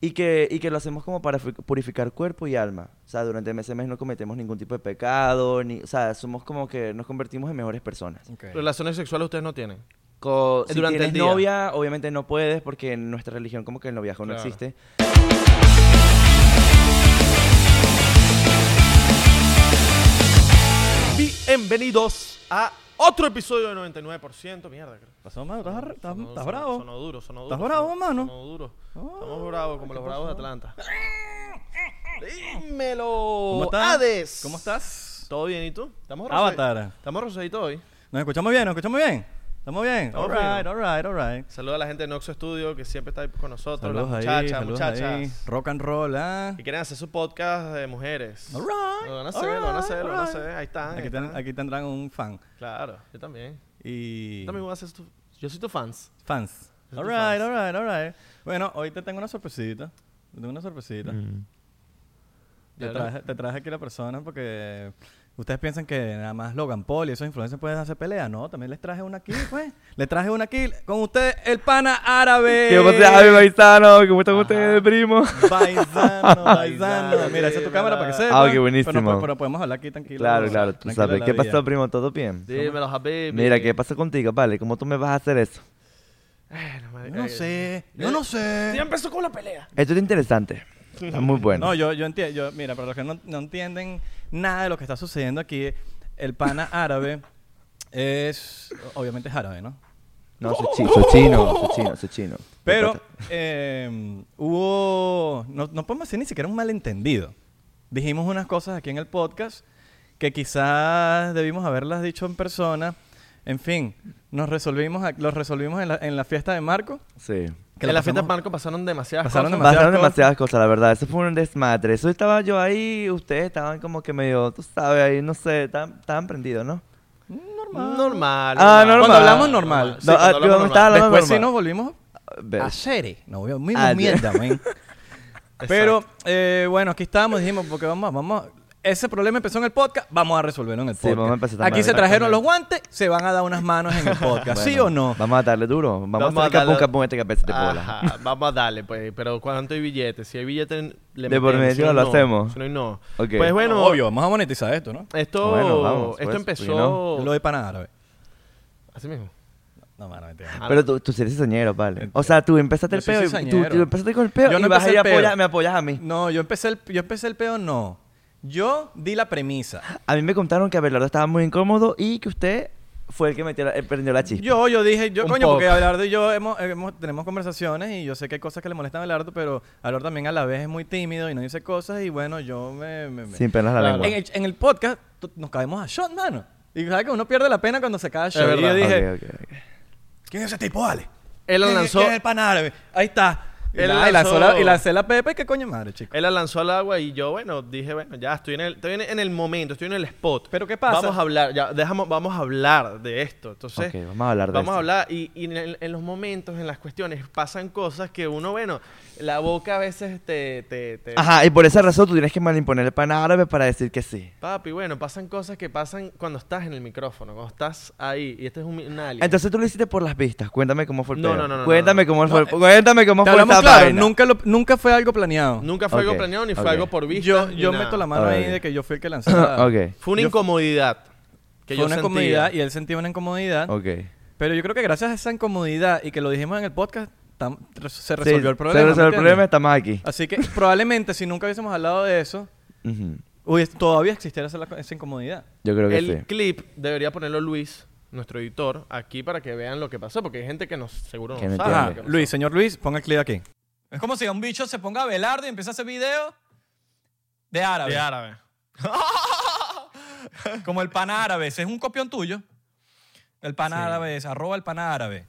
Y que, y que lo hacemos como para fu- purificar cuerpo y alma. O sea, durante ese mes no cometemos ningún tipo de pecado, ni, o sea, somos como que nos convertimos en mejores personas. Ok. Relaciones sexuales ustedes no tienen. Co- si Eh, durante el tienes día. novia, obviamente no puedes porque en nuestra religión como que el noviazgo no Claro. existe. Bienvenidos a otro episodio de 99%. Mierda, creo. Pasó, mano, estás, arre- estás- Sonó- estás sonó- bravo. Sonó duro, sonó duro. ¿Estás bravo, sonó- mano? Sonó duro. Oh, Estamos bravos, como ¿qué los bravos de pasó? Atlanta. Dímelo. ¿Cómo estás? Hades. ¿Cómo estás? ¿Todo bien y tú? Estamos Avatar. roce- Estamos rosaditos hoy. ¿Nos escuchamos bien? ¿Nos escuchamos bien? ¿Estamos bien? Estamos All right, bien. all right, all right. Saluda a la gente de Noxo Studio que siempre está ahí con nosotros. Saludos las ahí, muchachas, saludos muchachas. ahí. Rock and roll, ¿ah? Que quieren hacer su podcast de mujeres. All right, Lo van a all hacer, lo van a right, hacer, lo van a all hacer. Ahí están. ahí Aquí, ten- están. aquí tendrán un fan. Claro, yo también. Y... Yo también voy a hacer tu- Yo soy tu fans. Fans. Yo All soy right, fans. all right, all right. Bueno, hoy te tengo una sorpresita. Te tengo una sorpresita. Te ¿De traje, te traje aquí la persona porque ustedes piensan que nada más Logan Paul y esos influencers pueden hacer pelea. No, también les traje una aquí, pues. les traje una aquí con ustedes, el pana árabe. ¿Qué pasa, Javi Baizano? ¿Cómo están ustedes, primo? Baizano, Baizano. Baizano, Mira, esa es tu cámara para que sepa. Ah, qué buenísimo. Pero, no- pero podemos hablar aquí tranquilo. Claro, claro, tú tranquilo sabes. la ¿Qué vida. pasó, primo? ¿Todo bien? Dímelo, Javi. Mira, ¿qué pasa contigo? Vale, ¿cómo tú me vas a hacer eso? Yo no sé, yo no Ya sé. empezó con la pelea. Esto es interesante. Está muy bueno. No, yo, yo entiendo. Yo, mira, para los que no, no entienden nada de lo que está sucediendo aquí, el pana árabe es. Obviamente es árabe, ¿no? No, soy, chi- soy chino, soy chino, soy chino. Pero eh, hubo, no, no podemos decir ni siquiera un malentendido. Dijimos unas cosas aquí en el podcast que quizás debimos haberlas dicho en persona. En fin, nos resolvimos, a- los resolvimos en la, en la fiesta de Marco. Sí. que en la fiesta de pasamos- Marco pasaron demasiadas Pasaron cosas. demasiadas Pasaron cosas. demasiadas cosas, la verdad. Eso fue un desmadre. Eso estaba yo ahí, ustedes estaban como que medio, tú sabes, ahí, no sé, estaban, estaban prendidos, ¿no? Normal. Normal. Ah, normal. Cuando hablamos normal. Sí, No, ah, cuando yo hablamos me normal. estaba hablando Después sí normal. nos volvimos Ah, Ve- a serie. Nos volvimos Ah, ya. mierda, man. Exacto. Pero eh, bueno, aquí estábamos, dijimos, porque vamos, vamos. Ese problema empezó en el podcast, vamos a resolverlo en el Sí, podcast. vamos a empezar también. aquí se trajeron los guantes, se van a dar unas manos en el podcast, ¿sí Bueno, o no? Vamos a darle duro. Vamos, Vamos a a hacer capón, darle- capón este cabeza de bola. Ajá, vamos a darle, pues. Pero ¿cuánto hay billetes? Si hay billetes, le De por metemos, si medio no, lo no. hacemos. Si no, no. Ok. Pues bueno, obvio, vamos a monetizar esto, ¿no? Esto, Bueno, vamos, esto pues, empezó. you know. Lo de pana árabe. Así mismo. No, mano, mentira. Ah, Pero tú, tú sí eres cizañero, vale. Entiendo. O sea, tú empezaste Yo el soy peo y tú, cizañero. tú empezaste con el peo Yo no y vas empecé a ir a el peo. apoyar- me apoyas a mí. No, yo empecé el, yo empecé el peo, no. Yo di la premisa. A mí me contaron que Abelardo estaba muy incómodo y que usted fue el que metió la- eh, prendió la chispa. Yo, yo dije, yo, Un coño, porque poco. Abelardo y yo hemos, hemos- tenemos conversaciones y yo sé que hay cosas que le molestan a Abelardo, pero Abelardo también a la vez es muy tímido y no dice cosas y bueno, yo me... me- me- Sin penas la Claro. lengua. En el, en el podcast t- nos caemos a shot, mano. Y sabes que uno pierde la pena cuando se cae a shot. Es Y yo verdad. dije, Ok, ok, ok. ¿quién es ese tipo, vale? Él lo lanzó- ¿Quién es el pan árabe? Ahí está. Y, Él la, y lanzó- lanzó la, y lancé la Pepe, qué coño madre, chico. Él la lanzó al agua y yo, bueno, dije, bueno, ya estoy en el, estoy en el- en el momento, estoy en el spot. Pero, ¿qué pasa? Vamos a hablar, ya, dejamos, vamos a hablar de esto. Entonces, Ok, vamos a hablar de Vamos esto. a hablar y, y en, en los momentos, en las cuestiones, pasan cosas que uno, bueno, la boca a veces te... te- te- Ajá, y por esa razón tú tienes que malimponer el pan árabe para decir que sí. Papi, bueno, pasan cosas que pasan cuando estás en el micrófono, cuando estás ahí. Y este es un, un alien. Entonces tú lo hiciste por las vistas. Cuéntame cómo fue el No, peo. no, no, no, Cuéntame no. cómo No, fue. eh, cuéntame cómo Te fue hablamos esta claro, vaina. nunca, lo- nunca fue algo planeado. Nunca fue Ok, algo planeado ni ok. fue algo por vista. Yo, ni yo nada. meto la mano Alright. ahí de que yo fui el que lanzó la... Ok. Fue una Yo- incomodidad. Que Fue yo una sentía. incomodidad y él sentía una incomodidad. Ok. Pero yo creo que gracias a esa incomodidad y que lo dijimos en el podcast, tam- re- se Sí, resolvió el problema. Se resolvió el ¿me entiendes? Ah. problema, estamos aquí. Así que probablemente si nunca hubiésemos hablado de eso, Ujú. Uy, todavía existiera esa, esa incomodidad. Yo creo que el sí. clip debería ponerlo Luis, nuestro editor, aquí para que vean lo que pasó, porque hay gente que nos, seguro Que no no sabe. Ajá, lo que pasó. Ah, Luis, señor Luis, ponga el clip aquí. Es como si un bicho se ponga a velardo y empieza a hacer video de árabe. De árabe. Como el pan árabe. Ese es un copión tuyo. El pan árabe es arroba el pan árabe.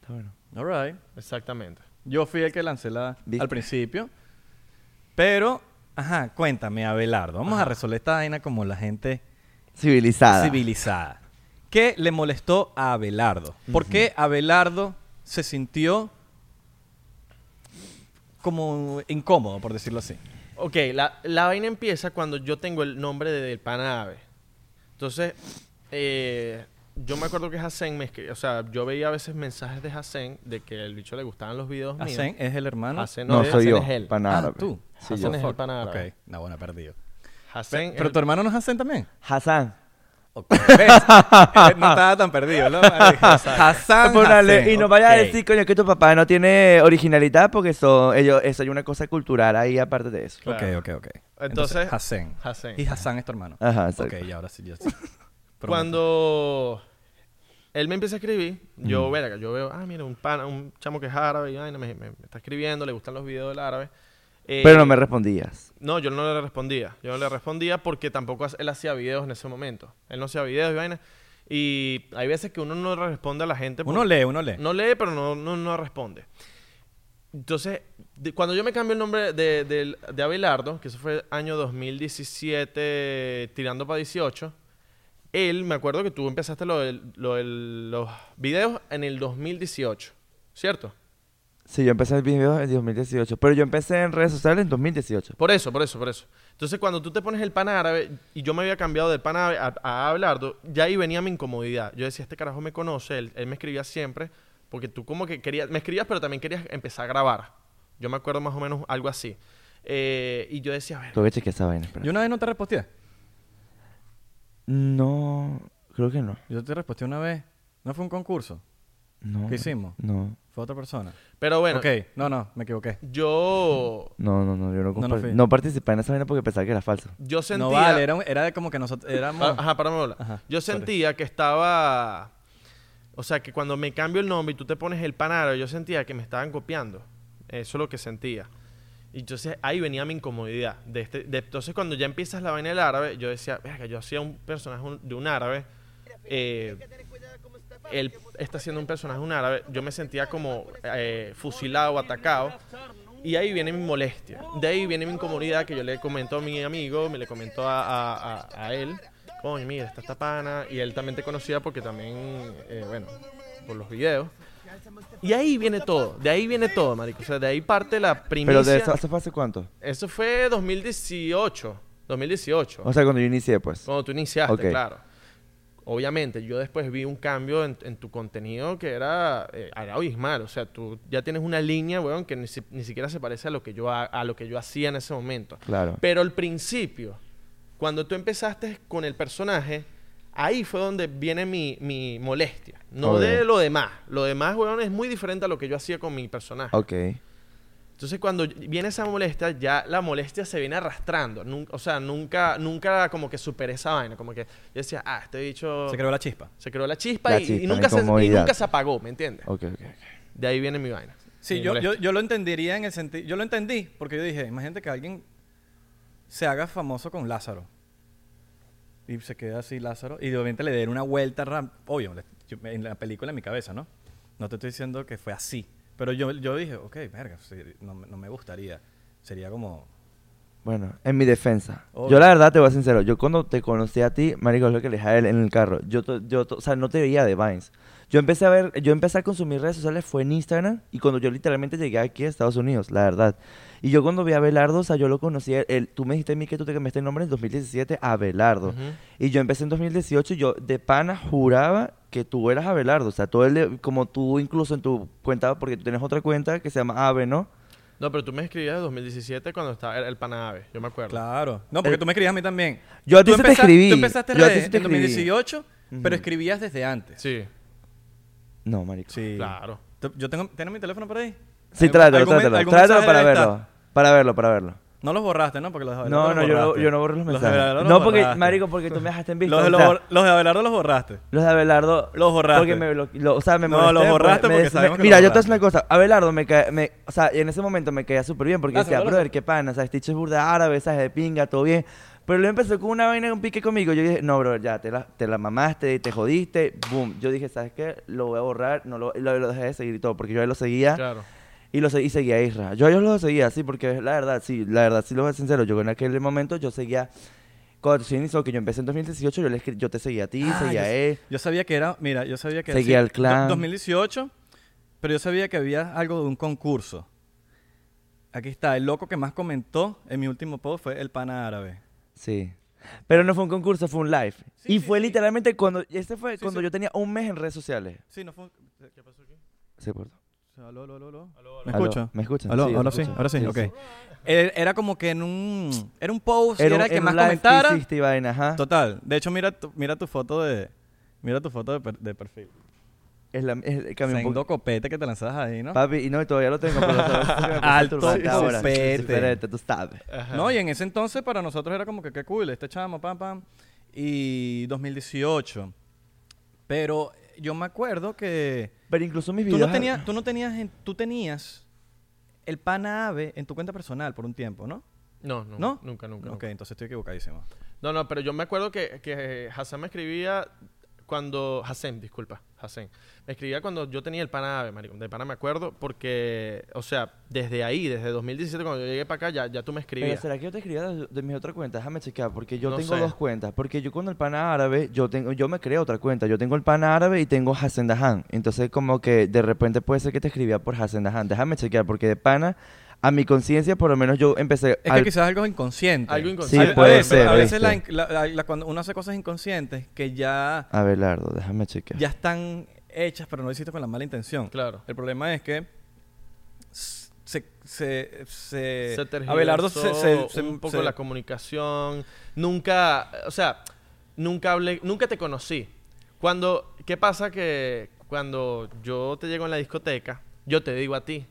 Está bueno. All right. Exactamente. Yo fui el que lancé la, ¿Viste? al principio. Pero, ajá, cuéntame, Abelardo. Vamos a resolver esta vaina como la gente Civilizada. civilizada. ¿Qué le molestó a Abelardo? ¿Por qué Abelardo se sintió como incómodo, por decirlo así? Ok, la, la vaina empieza cuando yo tengo el nombre de- del pan árabe. Entonces, eh, yo me acuerdo que Hassen me escribía, o sea, yo veía a veces mensajes de Hassen de que el bicho le gustaban los videos míos. Hacen es el hermano. Hassen No, es- soy yo. Hassen es él. Pan Ah, árabe. tú. Sí, Hassen yo. es el pan árabe. Ok. No, bueno, perdido. Hassen Eh, Pero es- tu hermano no es Hassan también. Hassan. Ok, ¿ves? Eh, no estaba tan perdido, ¿no? Hassan, Ponale, Hassan, y no vaya a ok. decir, coño, que tu papá no tiene originalidad porque son, ellos, eso hay una cosa cultural ahí aparte de eso. Ok, Claro. ok, ok. Entonces, Hassan. Hassan. Y Hassan es tu hermano. Ajá, Ok, exacto. y ahora sí, ya sí. Prometo. Cuando él me empieza a escribir, Mm. yo, verga, yo veo, ah, mira, un pana, un chamo que es árabe y vaina, me, me- me está escribiendo, le gustan los videos del árabe. Eh, Pero no me respondías. No, yo no le respondía. Yo no le respondía porque tampoco ha- él hacía videos en ese momento. Él no hacía videos y vaina. Y hay veces que uno no responde a la gente. Uno por- lee, uno lee. No lee, pero no, no, no responde. Entonces, de- cuando yo me cambio el nombre de, de, de Abelardo, que eso fue año 2017, tirando para 18, él, me acuerdo que tú empezaste lo del- lo del- los videos en el 2018, ¿cierto? Sí, yo empecé el video en 2018, pero yo empecé en redes sociales en 2018. Por eso, por eso, por eso. Entonces, cuando tú te pones el pan árabe, y yo me había cambiado del pan árabe a, a Abelardo, ya ahí venía mi incomodidad. Yo decía, este carajo me conoce, él, él me escribía siempre, porque tú como que querías, me escribías, pero también querías empezar a grabar. Yo me acuerdo más o menos algo así. Eh, y yo decía, a ver, Tuve que chequear esa vaina, espera. Yo una vez no te reposteé. No, creo que no. Yo te reposteé una vez. No fue un concurso. no. ¿Qué hicimos? No, Fue otra persona. pero bueno, Ok, no, no, me equivoqué. yo, no, no, no, yo no, No, no compa- fui. no participé en esa vaina porque pensaba que era falso. yo sentía... No vale, era, un- era como que nosotros Pa- éramos... Ah, Ajá, párame de bola. Ajá, Yo sorry. sentía que estaba. O sea, que cuando me cambio el nombre y tú te pones el panaro, yo sentía que me estaban copiando. Eso es lo que sentía. Y entonces ahí venía mi incomodidad. De este- de- entonces, cuando ya empiezas la vaina del árabe, yo decía, verga, yo hacía un personaje un- de un árabe. eh, él está haciendo un personaje de un árabe. Yo me sentía como eh, fusilado, atacado. Y ahí viene mi molestia. De ahí viene mi incomodidad que yo le comento a mi amigo, me le comento a, a- a- a él. Coño, mira, está esta pana. Y él también te conocía porque también, eh, bueno, por los videos. Y ahí viene todo. De ahí viene todo, marico. O sea, de ahí parte la primicia. Pero de eso, ¿eso fue hace cuánto? Eso fue 2018. 2018. O sea, cuando yo inicié, pues. Oh. Cuando tú iniciaste, Ok. claro. Obviamente, yo después vi un cambio en, en tu contenido que era, eh, era abismal. O sea, tú ya tienes una línea, weón, que ni, si- ni siquiera se parece a lo, que yo ha- a lo que yo hacía en ese momento. Claro. Pero al principio, cuando tú empezaste con el personaje, ahí fue donde viene mi, mi molestia. No Ok. de lo demás. Lo demás, weón, es muy diferente a lo que yo hacía con mi personaje. Ok. Entonces, cuando viene esa molestia, ya la molestia se viene arrastrando. Nun- o sea, nunca, nunca como que superé esa vaina. Como que yo decía, ah, este bicho. Se creó la chispa. se creó la chispa, La y, y chispa, la nunca se, y incomodidad. nunca se apagó, ¿me entiendes? Ok, ok. De ahí viene mi vaina. Sí, Mi yo, molestia. yo, yo lo entendería en el sentido... Yo lo entendí porque yo dije, imagínate que alguien se haga famoso con Lázaro. Y se queda así Lázaro. Y de repente le den una vuelta... ram- Obvio, le- yo- en la película en mi cabeza, ¿no? No te estoy diciendo que fue así. Pero yo, yo dije, ok, verga, sí, no, me- no me gustaría. Sería como... Bueno, en mi defensa. Ok. Yo la verdad te voy a ser sincero. Yo cuando te conocí a ti, marico, es lo que le dije a él en el carro. Yo, to- yo to- o sea, no te veía de Vines. Yo empecé a ver, yo empecé a consumir redes sociales fue en Instagram y cuando yo literalmente llegué aquí a Estados Unidos, la verdad. Y yo cuando vi a Abelardo, o sea, yo lo conocí, él, tú me dijiste a mí que tú te cambiaste el nombre en 2017 a Abelardo. Ujú. Y yo empecé en 2018 y yo de pana juraba que tú eras Abelardo. O sea, todo el, de- como tú incluso en tu cuenta, porque tú tienes otra cuenta que se llama Ave, ¿no? No, pero tú me escribías en 2017 cuando estaba el, el Panave, yo me acuerdo. Claro. No, porque El- tú me escribías a mí también. Yo a Tú ti sí te empeza- escribí. Tú empezaste Yo a ti redes sí te en escribí. 2018, Ujú. pero escribías desde antes. Sí, No, marico. Sí. claro. Tú- Yo tengo... ¿Tienes mi teléfono por ahí? Sí, Algún- trátalo, algún men- trátalo. algún Trátalo mensaje para debe estar. verlo. Para verlo, para verlo. No los borraste, ¿no? Porque los de Abelardo No, los no, yo no, borraste. yo no borré los mensajes. de Abelardo los no, porque, borraste. marico, porque tú me dejaste en vista. Los de, o los sea, bor- los de Abelardo los borraste. los de Abelardo. Los borraste. Porque me bloque- lo- o sea, me No, molesté, los pues, borraste me porque des- sabemos me- que los Mira, yo te borraste. hago una cosa. Abelardo me cae. me- o sea, en ese momento me caía súper bien porque Ah, decía, seguro. brother, qué pana. O sea, este bicho es burda árabe, sabes, de pinga, todo bien. Pero luego empezó con una vaina, un pique conmigo. Yo dije, no, bro, ya, te la, te la mamaste, te jodiste, boom. Yo dije, ¿sabes qué? Lo voy a borrar, no lo, lo, lo dejé de seguir y todo, porque yo a él lo seguía. Claro. Y, los, y seguía a Isra. Yo a ellos los seguía, sí, porque la verdad, sí, la verdad, sí, lo voy a ser sincero. Yo en aquel momento, yo seguía. Cuando se inició, que yo empecé en 2018, yo, le escri- yo te seguía a ti, Ah, seguía yo, a sa- él. yo sabía que era... Mira, yo sabía que... era Seguía así. al clan. Do- 2018, pero yo sabía que había algo de un concurso. Aquí está, el loco que más comentó en mi último post fue el pana árabe. Sí. Pero no fue un concurso, fue un live. Sí, y sí, fue sí. literalmente cuando. Este fue Sí, cuando sí. yo tenía un mes en redes sociales. Sí, no fue... ¿Qué pasó aquí? Se cortó. Aló, aló, aló, aló. Aló, ¿Me aló. Aló, escucho? ¿Me escuchan? Aló, Sí, ahora me sí, escuchan. ahora sí, ok. Era era como que en un... Era un post, era, un- el que un más live que comentara. hiciste y vaina, ajá. Total. De hecho, mira tu, mira tu foto de... Mira tu foto de, per- de perfil. Es la, es, cambió un Sendo poco. copete que te lanzabas ahí, ¿no? Papi, y no, y todavía lo tengo, pero sabes que me puse Alto turbante ahora. copete. Diferente, tú sabes. Ajá. No, y en ese entonces para nosotros era como que qué cool, este chamo, pam, pam. Y 2018. Pero yo me acuerdo que Pero incluso mis tú videos. no tenías, tú no tenías, en- tú tenías el pana ave en tu cuenta personal por un tiempo, ¿no? No, no, ¿No? Nunca, nunca. Ok, nunca. entonces estoy equivocadísimo. No, no, pero yo me acuerdo que, que Hassan me escribía cuando. Hassan, disculpa, Hassan. Me escribía cuando yo tenía el pana Ave, marico. De pana me acuerdo, porque, o sea, desde ahí, desde 2017, cuando yo llegué para acá, ya, ya tú Pero me escribías. será que yo te escribía de, de mis otras cuentas, déjame checar, porque yo No tengo sé. dos cuentas. Porque yo con el pana árabe, yo tengo, yo me creé otra cuenta. Yo tengo el pana árabe y tengo Hassan Dahan. Entonces, como que de repente puede ser que te escribía por Hassan Dahan. Déjame chequear, porque de pana, a mi conciencia, por lo menos yo empecé Es al- que quizás algo inconsciente. Algo Sí, inconsciente. A- puede a veces, ser, a veces la ¿viste? in- la- la- la- cuando uno hace cosas inconscientes que ya, A ver, Lardo, déjame chequear. ya están hechas, pero no lo hiciste con la mala intención. Claro. El problema es que s- se, se, se, se tergiversó Eh, Abelardo se, se- se- un poco se- la comunicación. Nunca, o sea, nunca hablé, nunca te conocí. Cuando, ¿qué pasa que cuando yo te llego en la discoteca, yo te digo a ti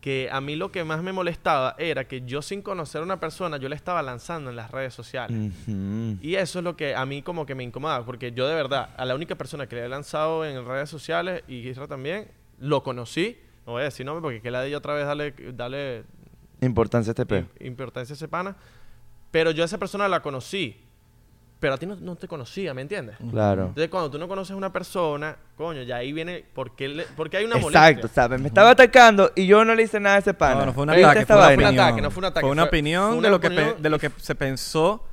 que a mí lo que más me molestaba era que yo sin conocer a una persona, yo la estaba lanzando en las redes sociales. Mm. Ujú. Y eso es lo que a mí como que me incomodaba, porque yo de verdad, a la única persona que le he lanzado en redes sociales, y Isra también, lo conocí, no voy a decir nombre porque que la di otra vez, dale, dale Importancia este peo. im- importancia ese pana. Pero yo a esa persona la conocí. Pero a ti no, no te conocía, ¿me entiendes? Claro. Entonces, cuando tú no conoces a una persona, coño, ya ahí viene. ¿Por qué, le- por qué hay una molestia? Exacto, ¿sabes? Me estaba atacando y yo no le hice nada a ese pana. No, no fue un ¿Viste ataque, esta fue una vaina? opinión. ataque, no fue un ataque, Fue una fue- opinión fue una de, lo que pe- opinión. de lo que se pensó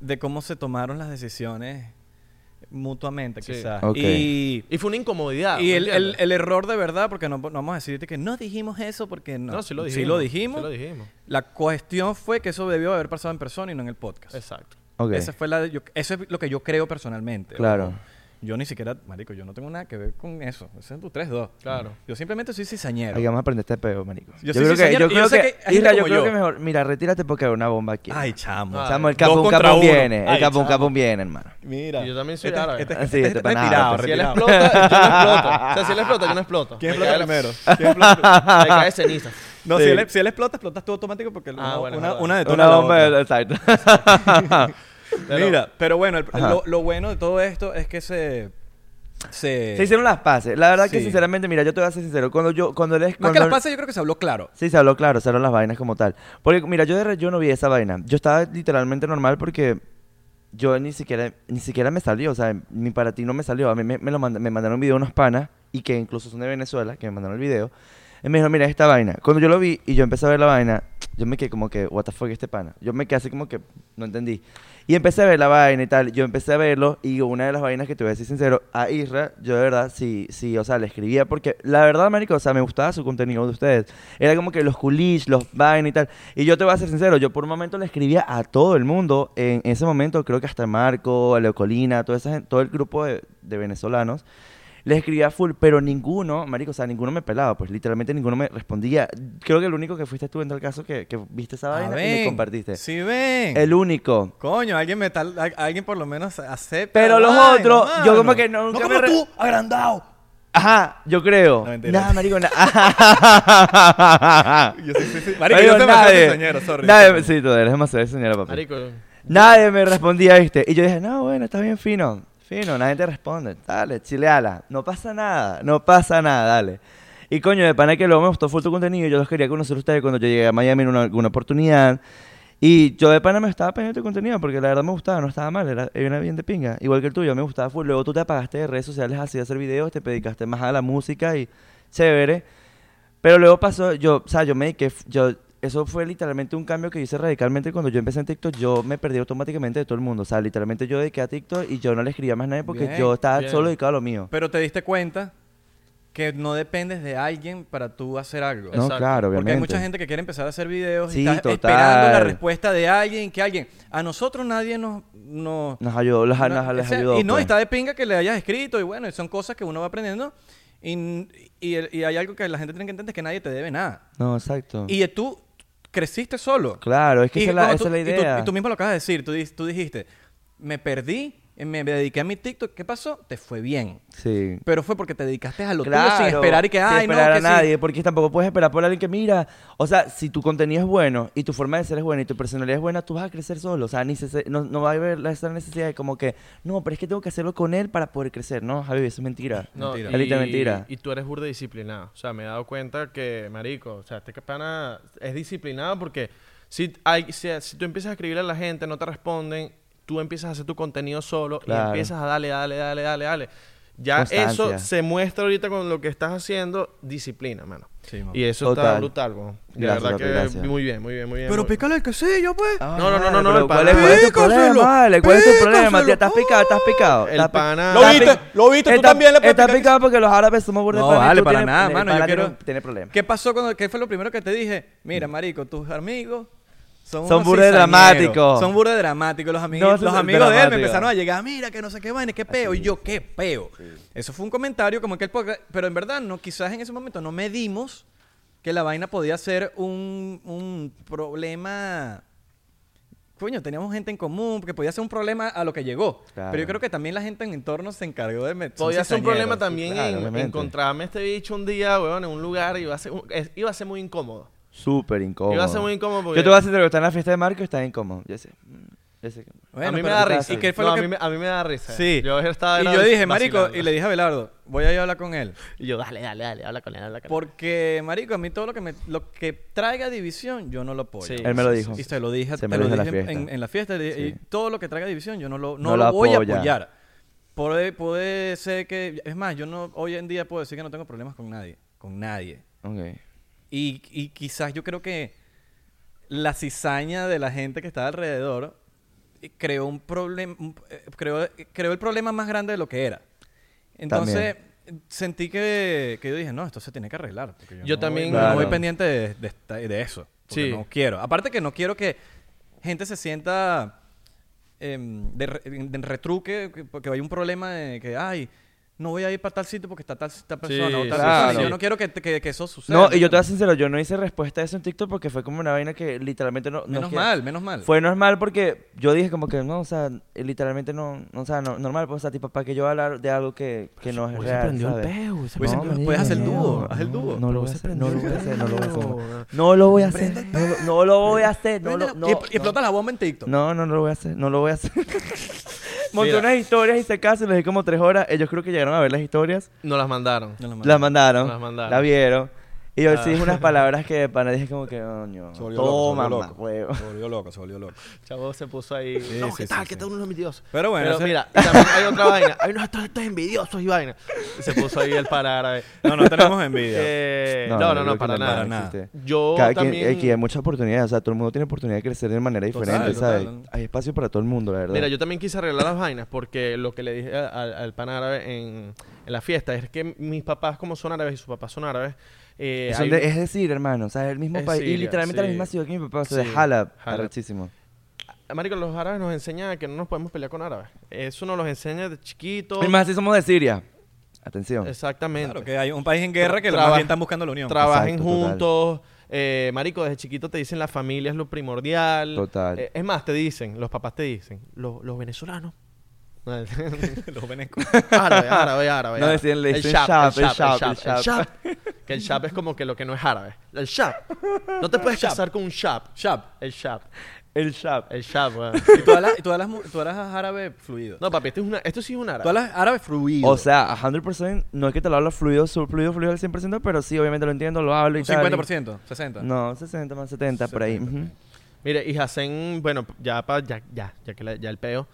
de cómo se tomaron las decisiones mutuamente, Sí. quizás. Ok. Y, Y fue una incomodidad. y Ah, ¿me el, el- entiendes? el error de verdad, porque no, no vamos a decirte que no dijimos eso, porque no. no, sí lo dijimos. Sí lo dijimos. sí lo dijimos. La cuestión fue que eso debió haber pasado en persona y no en el podcast. Exacto. Ok. Esa fue la de- yo- eso es lo que yo creo personalmente. Claro. Ojo, Yo ni siquiera, marico, yo no tengo nada que ver con eso. Ese es tu 3-2. Claro. Yo simplemente soy Ahí cizañero. vamos a aprender este peo, marico. Yo soy cizañero y yo sé que hay gente Isra, yo como creo yo. que mejor. Mira, retírate porque hay una bomba aquí. Ay, chamo. Ah, Chamo, el dos capón contra capón uno. viene. Ay, el capón chamo. capón viene, hermano. Mira. Y yo también soy Este- árabe. Este, Ah, sí, este- este este pana retirado, árabe. Si él retirado. explota, yo no exploto. O sea, si él explota, yo no exploto. ¿Quién Me explota cae la- primero? ¿Quién explota? Me cae ceniza. No, Sí. si, él, si él explota, explotas tú automático porque Ah, una, bueno, una, bueno. una detona Una la bomba, otra. exacto. Pero- Mira, pero bueno, el- Ajá. lo, lo bueno de todo esto es que se... Se, se hicieron las paces. La verdad que, Eh. Sí. sinceramente, mira, yo te voy a ser sincero. Cuando yo, cuando él es. Más cuando que las él- pases, yo creo que se habló claro. Sí, se habló claro, se hablaron las vainas como tal. Porque, mira, yo, de re- yo no vi esa vaina. Yo estaba literalmente normal porque yo ni siquiera, ni siquiera me salió, o sea, ni para ti no me salió. A mí me, me lo manda- me mandaron un video unos panas, y que incluso son de Venezuela, que me mandaron el video. Y me dijo, mira, esta vaina. Cuando yo lo vi y yo empecé a ver la vaina, yo me quedé como que, what the fuck este pana. Yo me quedé así como que, no entendí. Y empecé a ver la vaina y tal. Yo empecé a verlo y una de las vainas que te voy a decir sincero, a Isra, yo de verdad sí, sí, o sea, le escribía porque la verdad, marico, o sea, me gustaba su contenido de ustedes. Era como que los culis, los vainas y tal. Y yo te voy a ser sincero, yo por un momento le escribía a todo el mundo. En ese momento creo que hasta Marco, a Leo Colina, toda esa gen- todo el grupo de, de venezolanos. Les escribía full, pero ninguno, marico, o sea, ninguno me pelaba, pues literalmente ninguno me respondía. Creo que el único que fuiste tú en todo el caso que, que viste esa Ah, vaina y me ven. compartiste. Sí, ven. El único. Coño, alguien me tal- al- alguien por lo menos acepta. Pero la los vaina, otros, mano. yo como que nunca no como me re- tú, agrandado. Ajá, yo creo. No, mentira. nada, marico, nada. Yo sí, sí, sí. Marico, yo soy demasiado cizañero, sorry. Nadie, sí, tú eres demasiado diseñero, papá. Marico. Nadie me respondía, ¿viste? Y yo dije, no, bueno, está bien fino. Fino, nadie te responde. Dale, chileala. No pasa nada, no pasa nada, dale. Y coño, de pana que luego me gustó full tu contenido. Yo los quería conocer a ustedes cuando yo llegué a Miami en una, alguna oportunidad. Y yo de pana me estaba pendiente de contenido porque la verdad me gustaba, no estaba mal, era, era bien de pinga. Igual que el tuyo, me gustaba full. Luego tú te apagaste de redes sociales así de hacer videos, te dedicaste más a la música y chévere. Pero luego pasó, yo, o sea, yo me dediqué, yo, eso fue literalmente un cambio que hice radicalmente cuando yo empecé en TikTok, yo me perdí automáticamente de todo el mundo, o sea, literalmente yo dediqué a TikTok y yo no le escribía más a nadie porque Bien, yo estaba bien. solo dedicado a lo mío. Pero te diste cuenta que no dependes de alguien para tú hacer algo. No, Exacto. claro, Porque obviamente. hay mucha gente que quiere empezar a hacer videos Sí, y está total. esperando la respuesta de alguien, que alguien. A nosotros nadie nos. nos Nos ayudó, las, no- nos- les o sea, ayudó. Y no, pues. está de pinga que le hayas escrito y bueno, y son cosas que uno va aprendiendo. Y, y, y hay algo que la gente tiene que entender, que nadie te debe nada. No, exacto. Y tú creciste solo. Claro, es que Y esa es la, cuando esa tú- es la y tú- idea. Y tú, mismo lo acabas de decir. Tú, di- tú dijiste, me perdí, eh, me dediqué a mi TikTok. ¿Qué pasó? Te fue bien. Sí. Pero fue porque te dedicaste a lo Claro, tuyo sin esperar y que, sin ay, no, esperar que a sí". nadie, porque tampoco puedes esperar por alguien que mira. O sea, si tu contenido es bueno y tu forma de ser es buena y tu personalidad es buena, tú vas a crecer solo. O sea, ni se- no, no va a haber la- esa necesidad de como que, no, pero es que tengo que hacerlo con él para poder crecer. No, Javi, eso es mentira. No, Mentira. y- Es literal mentira. Y tú eres burda disciplinado. O sea, me he dado cuenta que, marico, o sea, este pana es disciplinado porque si, hay, si, si tú empiezas a escribirle a la gente, no te responden, tú empiezas a hacer tu contenido solo Claro. y empiezas a darle, dale, dale, dale, dale. Ya Constancia. eso se muestra ahorita con lo que estás haciendo, disciplina, mano. Sí, mamá. y eso está Total. brutal, weón. De Gracias, verdad papi, que gracias. muy bien, muy bien, muy bien. Pero muy bien. pícale el quesillo, pues. Ah, No, no, no, madre, no, no, pero el ¿Cuál pana- es, cuál es tu Pícaselo, problema? vale? ¿Cuál es tu pícaselo, problema? tía? ¿Estás picado? ¿Estás picado? El ¿Estás pi- pana- Lo Está viste, lo viste, tú Está- también le Está practicaste. picado porque los árabes somos burda No, de pana y vale, tú para tienes- nada, el mano, yo pana quiero- tiene- Tiene problemas. ¿Qué pasó cuando, qué fue lo primero que te dije? Mira, marico, tus amigos son, Son unos burda de cizañeros, dramáticos. Son burda de dramáticos. Los, amigos No, eso los es amigos de él me dramático. empezaron a llegar, mira, que no sé qué vaina, qué peo. Y yo, qué peo. Eso fue un comentario como que el podcast- Pero en verdad, no, quizás en ese momento no medimos que la vaina podía ser un, un problema... Coño, teníamos gente en común, que podía ser un problema a lo que llegó. Claro. Pero yo creo que también la gente en entorno se encargó de meter. Podía ser un problema también claro, en obviamente. encontrarme este bicho un día, weón, en un lugar y iba a ser, un- es- iba a ser muy incómodo. Súper incómodo. Iba a ser muy incómodo porque- Yo te voy a decir que está en la fiesta de Marco está incómodo. Yo sé. mm, Yo sé. que- Bueno, a mí me pero da ¿qué risa. pasa? ¿Y qué fue No, lo a, que- mí, me- a mí me da risa. Sí. Yo estaba y yo era dije, marico, vacilando. y le dije a Belardo, voy a ir a hablar con él. Y yo, dale, dale, dale, habla con él, habla con él. Porque, marico, a mí todo lo que me, lo que traiga división, yo no lo apoyo. Sí. Él me lo dijo. Y se lo dije, Se te me lo lo dijo en dije la en, fiesta. en la fiesta. le- Sí. Y todo lo que traiga división, yo no lo, no No lo lo voy apoya. a apoyar. Puede, puede ser que... Es más, yo no hoy en día puedo decir que no tengo problemas con nadie. Con nadie. Ok. Y, y quizás yo creo que la cizaña de la gente que estaba alrededor eh, creó un problema creó, eh, creó el problema más grande de lo que era. Entonces sentí que, que yo dije, no, esto se tiene que arreglar. porque Yo no también- voy- no Claro. voy pendiente de, de esta- de eso. porque Sí. No quiero. Aparte que no quiero que gente se sienta em, de, re- de retruque, que- porque hay un problema de que, ay, no voy a ir para tal sitio porque está tal, tal persona o tal sí, persona". sí. Yo no quiero que, que- que eso suceda. No, y yo te voy a Menos ser sincero, yo no hice respuesta a eso en TikTok porque fue como una vaina que literalmente no... no es que- mal, menos mal. Fue normal porque yo dije como que no, o sea, eh, literalmente no, no, o sea, no, normal, pues, o sea, tipo, para que yo hablar de algo que, que no es Hubiese real, prendido el ¿sabes? peo, hubiese Hubiese- No, puedes marica, hacer el no, dúo, no, haz el dúo. No lo voy a Hubiese hacer, no lo voy a hacer, no lo voy a hacer. prendido. No lo voy a hacer, no lo- no lo voy a hacer, no lo... Préndela- no, y, no. y explota la bomba en TikTok. No, no, no lo voy a hacer, no lo voy a hacer. Monté Mira. unas historias y se casan, les di como tres horas. Ellos creo que llegaron a ver las historias. Nos las mandaron. No la mames. Las mandaron, Las mandaron. la vieron. Y yo Ah. sí dije unas palabras que para dije como que, coño, Se volvió toma, loco, mamá, se volvió loco. huevo. Se volvió loco, se volvió loco. Chavo se puso ahí. Sí, no, sí, ¿qué sí, tal? sí. ¿Qué tal unos envidiosos? Pero bueno, Pero ese- mira, también hay otra vaina. Hay unos estos, estos envidiosos y vaina. Se puso ahí el parar a ver. no, no tenemos envidia. Eh, no, no, no, creo que para nada. para nada. existe. Yo Cada quien, también... aquí hay muchas oportunidades, o sea, todo el mundo tiene oportunidad de crecer de manera Total, diferente, total. ¿sabes? Hay espacio para todo el mundo, la verdad. Mira, yo también quise arreglar las vainas porque lo que le dije a- al, al pan árabe en, en la fiesta es que mis papás, como son árabes y sus papás son árabes, eh, Son hay- de- es decir, hermano, o sea, es el mismo Es país y Siria, literalmente la sí. misma ciudad que mi papá, o sea, Sí, de Jalab, Jalab. arrechísimo. Marico, los árabes nos enseñan que no nos podemos pelear con árabes. Eso nos los enseña de chiquitos. Es más, si somos de Siria. Atención. Exactamente. Claro, que hay un país en guerra que los Traba- más bien están buscando la unión. Trabajen Exacto, total. juntos. Eh, marico, desde chiquito te dicen la familia es lo primordial. Total. Eh, es más, te dicen, los papás te dicen, "Lo- los venezolanos. los venezolanos. árabe, árabe, árabe. No, árabe. decían- le el dicen shab, shab, el el shab, shab, el shab, el shab. shab. Que el shab es como que lo que no es árabe. El shab. No te puedes casar con un shab. Chap. El shab. El Shab. El shab, weón. Y tú hablas, y tú hablas, mu- tú hablas árabe fluido. No, papi, esto, es una, esto sí es un árabe. Tú hablas árabe fluido. O sea, 100%, no es que te lo hablo fluido, su- fluido, fluido al 100%, pero sí, obviamente lo entiendo, lo hablo y un tal. 50%, 60%. No, 60 más 70, por ahí. ujú. Mire, y Hacen, bueno, ya pa- ya, ya, ya que la- ya el peo.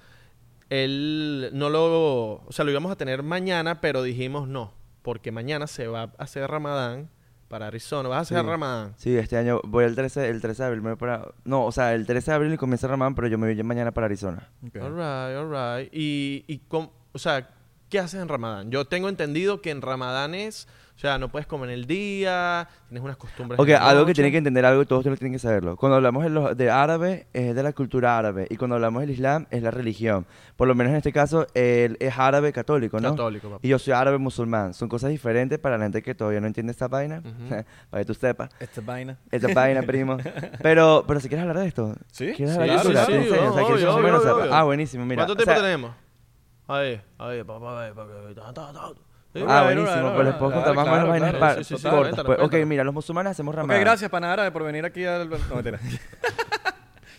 Él no lo, o sea, lo íbamos a tener mañana, pero dijimos no, porque mañana se va a hacer Ramadán para Arizona, vas a hacer Sí. Ramadán. Sí, este año voy el 13, el 13 de abril, me voy para... No, o sea, el 13 de abril y comienza Ramán, pero yo me voy mañana para Arizona. Ok. All right, all right. Y, y com- o sea, ¿qué haces en Ramadán? Yo tengo entendido que en Ramadán es O sea, no puedes comer en el día, tienes unas costumbres. Ok, de algo que noche. tienen que entender, algo que todos ustedes tienen que saberlo. Cuando hablamos de, los- de árabe, es de la cultura árabe. Y cuando hablamos del Islam, es la religión. Por lo menos en este caso, él es árabe católico, ¿no? Católico, papá. Y yo soy árabe musulmán. Son cosas diferentes para la gente que todavía no entiende esta vaina. Ujú. para que tú sepas. Esta vaina. Esta vaina, primo. Pero, pero si quieres hablar de esto. Sí, ¿Quieres sí, hablar de cultura? claro, sí, ¿Te sí, enseñas? O sea, que obvio, yo soy obvio, bueno, obvio, o sea, obvio. Ah, buenísimo, mira. ¿Cuánto o tiempo sea, tenemos? A ver, a ver, papá, a ver, papá, a ver, ta, ta, ta. Ah, Sí, Una, buenísimo. una, Pues les una, puedo claro, contar más o menos claro, vainas claro, par- sí, sí, sí, cortas, cuéntalo, pues. cuéntalo. Ok, mira, los musulmanes hacemos Ok, ramadas. gracias, Panara, por venir aquí al. No, mentira.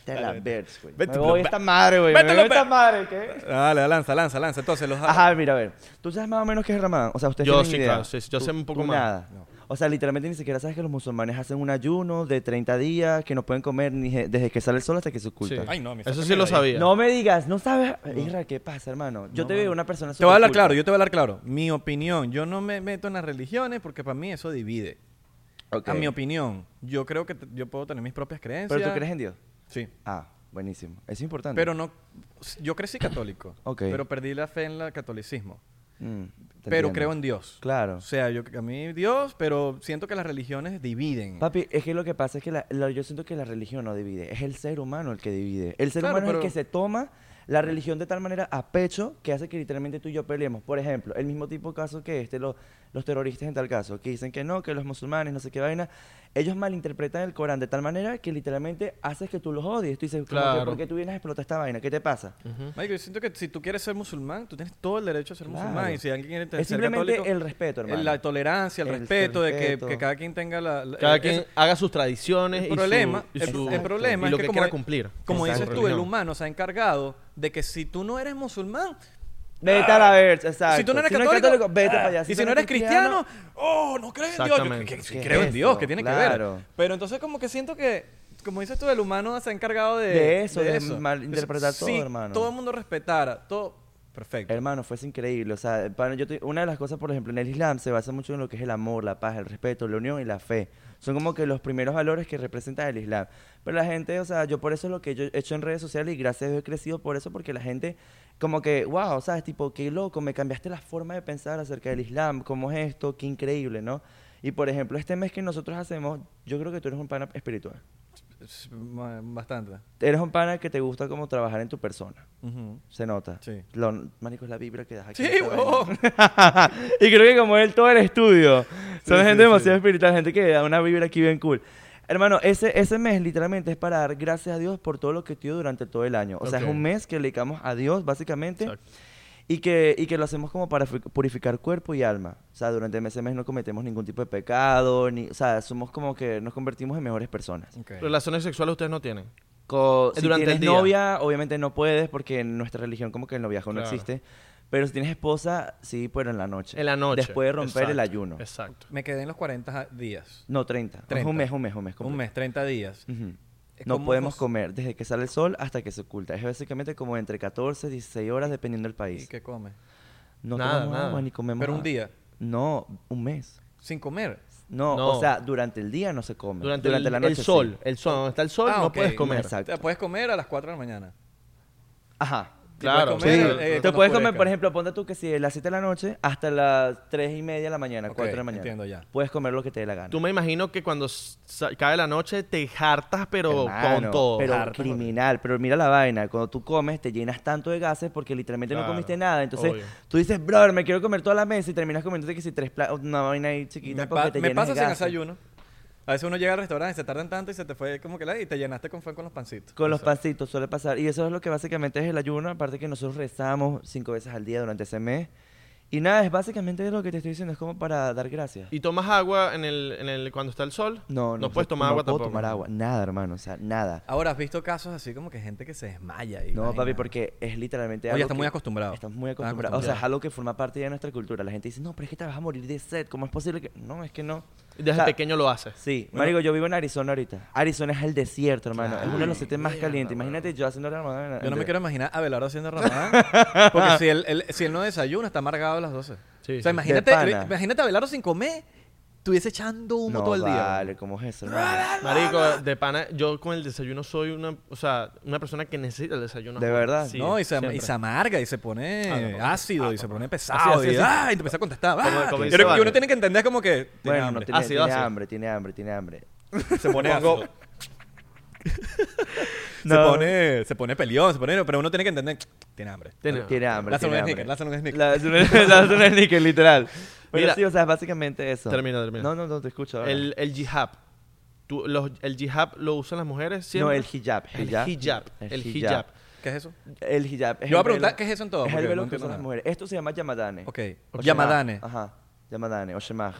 Te la vergas, güey. Vete Me tú, voy ve- esta madre, güey. Me vete voy tú, esta ve- madre, ¿qué? Dale, lanza, lanza, lanza. Entonces, los. Ajá, mira, a ver. ¿Tú sabes más o menos qué es Ramadán? O sea, ustedes Yo tienen sí, idea. claro, sí, sí, yo Tú- sé un poco tú más. Nada. O sea, literalmente ni siquiera sabes que los musulmanes hacen un ayuno de 30 días que no pueden comer ni je- desde que sale el sol hasta que se oculta. Sí. Ay, no, me Eso saca sí miedo lo ahí. sabía. No me digas, no sabes. Isra, ¿qué pasa, hermano? Yo te veo una persona Te voy a hablar superculta. claro, yo te voy a hablar claro. Mi opinión, yo no me meto en las religiones porque para mí eso divide. Ok. A mi opinión, yo creo que t- yo puedo tener mis propias creencias. Pero tú crees en Dios. Sí. Ah, buenísimo. Es importante. Pero no. Yo crecí católico. Ok. Pero perdí la fe en el catolicismo. Mm, te Pero entiendo. creo en Dios. Claro. O sea, yo a mí Dios, pero siento que las religiones dividen. Papi, es que lo que pasa es que la- la- yo siento que la religión no divide, es el ser humano el que divide. El ser Claro, humano pero- es el que se toma la religión de tal manera a pecho que hace que literalmente tú y yo peleemos. Por ejemplo, el mismo tipo de caso que este, lo- los terroristas en tal caso, que dicen que no, que los musulmanes, no sé qué vaina, ellos malinterpretan el Corán de tal manera que literalmente haces que tú los odies. Tú dices, como que, Claro. ¿por qué tú vienes a explotar esta vaina? ¿Qué te pasa? Ujú. Marico, yo siento que si tú quieres ser musulmán, tú tienes todo el derecho a ser musulmán. Claro. Y si alguien quiere ser Es simplemente católico, eh, el respeto, hermano. La tolerancia, el, El respeto, de que- respeto. que, cada quien tenga la... la- Cada eh, quien esa- haga sus tradiciones el y su- problema, y el- su- el, problema y es lo que, que como, quiera cumplir. como Exacto. dices tú, el humano se ha encargado de que si tú no eres musulmán, Vete a la verga, exacto. si tú no eres católico, vete ah, para allá. y si no eres cristiano, oh, no crees en Dios. Yo, que- Exactamente. que- que ¿Qué creo es en Dios, eso? que tiene que Claro. ver. Pero entonces como que siento que, como dices tú, el humano se ha encargado de, De eso, de malinterpretar Entonces, todo, si hermano. todo el mundo respetara, todo... Perfecto. Hermano, fuese increíble. O sea, para- yo te- una de las cosas, por ejemplo, en el Islam se basa mucho en lo que es el amor, la paz, el respeto, la unión y la fe. Son como que los primeros valores que representa el Islam. Pero la gente, o sea, yo por eso es lo que yo he hecho en redes sociales y gracias a Dios he crecido por eso, porque la gente, como que, wow, o sea, es tipo, qué loco, me cambiaste la forma de pensar acerca del Islam, cómo es esto, qué increíble, ¿no? Y por ejemplo, este mes que nosotros hacemos, yo creo que tú eres un pana espiritual. Es ma- Bastante. Eres un pana que te gusta como trabajar en tu persona. Ujú. Se nota. Sí. Lo, marico, es la vibra que das aquí. Sí, en esta vaina. huevón. y creo que como él, todo el estudio. Son Sí, sí, gente sí. demasiado espiritual, gente que da una vibra aquí bien cool. Hermano, ese, ese mes literalmente es para dar gracias a Dios por todo lo que estuvo durante todo el año. O sea, es Ok. un mes que le dedicamos a Dios, básicamente. Exacto. Y que, y que lo hacemos como para fu- purificar cuerpo y alma. O sea, durante ese mes no cometemos ningún tipo de pecado, ni, o sea, somos como que nos convertimos en mejores personas. Ok. Relaciones sexuales ustedes no tienen. Co- Eh, si durante tienes el día. novia, obviamente no puedes porque en nuestra religión como que el noviazgo no Claro. existe. Pero si tienes esposa, sí, pero en la noche. En la noche. Después de romper el Exacto, ayuno. Exacto. Me quedé en los 40 días. No, 30. Es 30. un mes, un mes, un mes. Un completo. mes, 30 días. Ujú. Eh, No ¿cómo podemos fos- comer desde que sale el sol hasta que se oculta. Es básicamente como entre 14 y 16 horas dependiendo del ¿Y país. qué come? No Nada, tomamos nada. agua ni comemos Pero un nada. día. No, un mes. Sin comer. No, No. o sea, durante el día no se come. Durante, el, la noche el sí. sol. El sol. Donde está el sol Ah, no ok, puedes comer. exacto. O sea, puedes comer a las 4 de la mañana. Ajá. Claro. puedes Sí, comer, sí. eh, te cuando puedes comer, oscurezca. por ejemplo, ponte tú que si de las 7 de la noche hasta las 3 y media de la mañana, Ok, 4 de la mañana. entiendo ya. Puedes comer lo que te dé la gana. Tú me imagino que cuando sa- cae la noche te hartas, pero Hermano, con todo. Pero Harto, criminal. Pero mira la vaina. Cuando tú comes, te llenas tanto de gases porque literalmente Claro, no comiste nada. Entonces obvio. tú dices, brother, me quiero comer toda la mesa y terminas comiéndote que si tres platos, una vaina ahí chiquita Me, porque pa- te me llenas pasa de sin gases. desayuno. A veces uno llega al restaurante, se tardan tanto y se te fue como que la... Y te llenaste con fue con los pancitos. Con los pancitos suele pasar. Y eso es lo que básicamente es el ayuno. Aparte que nosotros rezamos cinco veces al día durante ese mes. Y nada, es básicamente lo que te estoy diciendo. Es como para dar gracias. ¿Y tomas agua en el, en el, cuando está el sol? No, no, puedes sé, tomar no agua puedo tampoco. tomar agua, nada, hermano, o sea, nada. Ahora, ¿has visto casos así como que gente que se desmaya? Y No, vaina? papi, porque es literalmente Oye, algo está que- muy acostumbrado. Estás muy Estás acostumbrado. O sea, acostumbrado. es algo que forma parte de nuestra cultura. La gente dice, no, pero es que te vas a morir de sed. ¿Cómo es posible que...? No, es que no. Desde O sea, pequeño lo haces. Sí. Marico, yo vivo en Arizona ahorita. Arizona es el desierto, hermano. es uno de los siete más calientes. Imagínate yo haciendo la ramadana. Yo no me Entonces, quiero imaginar a Abelardo haciendo ramadán. porque si él, él- si él no desayuna, está amargado a las 12. Sí, o sea, sí. imagínate, De pana. imagínate a Abelardo sin comer estuviese echando humo no, todo el día. vale, ¿cómo es eso? hermano? Marico, de pana, yo con el desayuno soy una, o sea, una persona que necesita el desayuno. ¿De verdad? Sí, no, y se, siempre. y se amarga y se pone Ah, no, no. ácido y se pone pesado. Así, y, así, así. ¡ah! y te empieza a contestar. ¡ah! Como- como Yo dice creo que Vane. uno tiene que entender como que tiene Bueno, no hambre. tiene, Ácido, tiene ácido. hambre, tiene hambre, tiene hambre. se pone Pongo- ácido. No. Se pone, se pone peleón, se pone, pero uno tiene que entender, tiene hambre. Tiene- Tiene hambre. Lázaro tiene un hambre. sneaker, lázalo un sneaker. Lázaro un- lázalo un sneaker, literal. Pero Mira. sí, o sea, es básicamente eso. Termina, termina. No, no, no, te escucho. ahora. El, el hijab. Tú- los- ¿El hijab lo usan las mujeres no, siempre? el hijab. El hijab. El hijab. ¿Qué es eso? El hijab. es Yo voy a el preguntar velo- qué es eso en todo. Es el porque velo no que usan las entiendo mujeres. Esto se llama yamadane. nada. O Ok. shemah. Yamadane. Ajá. Yamadane o shemah.